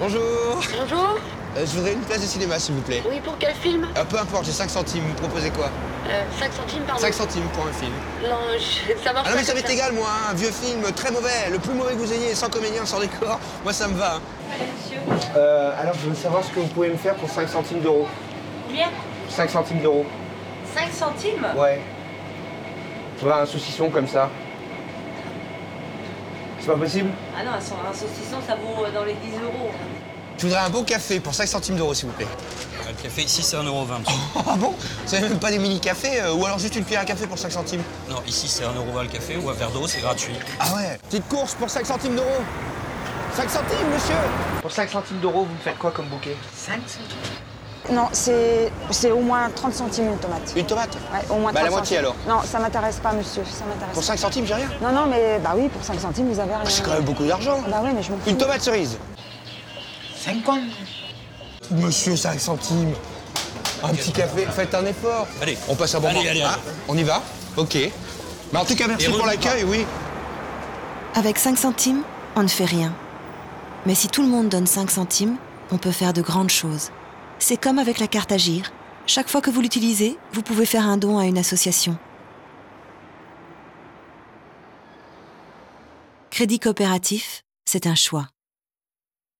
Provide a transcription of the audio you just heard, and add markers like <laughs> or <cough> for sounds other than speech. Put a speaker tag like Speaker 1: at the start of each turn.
Speaker 1: Bonjour
Speaker 2: Bonjour.
Speaker 1: Euh, Je voudrais une place de cinéma, s'il vous plaît.
Speaker 2: Oui, pour quel film
Speaker 1: Euh, peu importe, j'ai 5 centimes, vous proposez quoi
Speaker 2: euh, 5 centimes, pardon.
Speaker 1: 5 centimes pour un film.
Speaker 2: Non, je- ça marche
Speaker 1: Ah non,
Speaker 2: pas
Speaker 1: mais ça
Speaker 2: comme
Speaker 1: m'est égal, moi, hein, un vieux film très mauvais, le plus mauvais que vous ayez, sans comédien, sans décor, <laughs> moi ça me va. hein. Euh, alors, je veux savoir ce que vous pouvez me faire pour 5 centimes d'euros.
Speaker 3: Combien
Speaker 1: 5 centimes d'euros
Speaker 3: 5 centimes
Speaker 1: Ouais. Tu vois, un saucisson comme ça. C'est pas possible
Speaker 3: Ah non, un sau- un saucisson, ça vaut euh, dans les 10 euros.
Speaker 1: Je voudrais un bon café pour 5 centimes d'euros, s'il vous plaît. <laughs>
Speaker 4: Le café ici c'est 1,20€.
Speaker 1: Ah bon Vous avez même pas des mini-cafés euh, Ou alors juste une cuillère à café pour 5 centimes
Speaker 4: Non, ici c'est 1€ le café ou un verre d'eau, c'est gratuit.
Speaker 1: Ah ouais Petite course pour 5 centimes d'euros 5 centimes, monsieur Pour 5 centimes d'euros, vous me faites quoi comme bouquet
Speaker 5: Non, c'est c'est au moins 30 centimes une tomate.
Speaker 1: Une tomate
Speaker 5: Ouais, au moins
Speaker 1: Bah,
Speaker 5: 30
Speaker 1: la moitié,
Speaker 5: centimes.
Speaker 1: alors.
Speaker 5: Non, ça m'intéresse pas, monsieur. Ça m'intéresse.
Speaker 1: Pour 5 centimes, j'ai rien
Speaker 5: pas. Non, non, mais bah oui, pour 5 centimes, vous avez rien.
Speaker 1: C'est quand même beaucoup d'argent
Speaker 5: Bah oui, mais je m'en fous.
Speaker 1: Une tomate cerise
Speaker 6: 50
Speaker 1: Monsieur, 5 centimes Un petit café, faites un effort
Speaker 4: Allez.
Speaker 1: On passe un bon
Speaker 4: Allez,
Speaker 1: moment.
Speaker 4: allez,
Speaker 1: Hein
Speaker 4: allez.
Speaker 1: On y va Ok. Bah, en tout cas, merci
Speaker 4: Et
Speaker 1: pour
Speaker 4: revenez
Speaker 1: l'accueil, oui.
Speaker 7: Avec 5 centimes, on ne fait rien. Mais si tout le monde donne 5 centimes, on peut faire de grandes choses. C'est comme avec la carte Agir. Chaque fois que vous l'utilisez, vous pouvez faire un don à une association. Crédit coopératif, c'est un choix.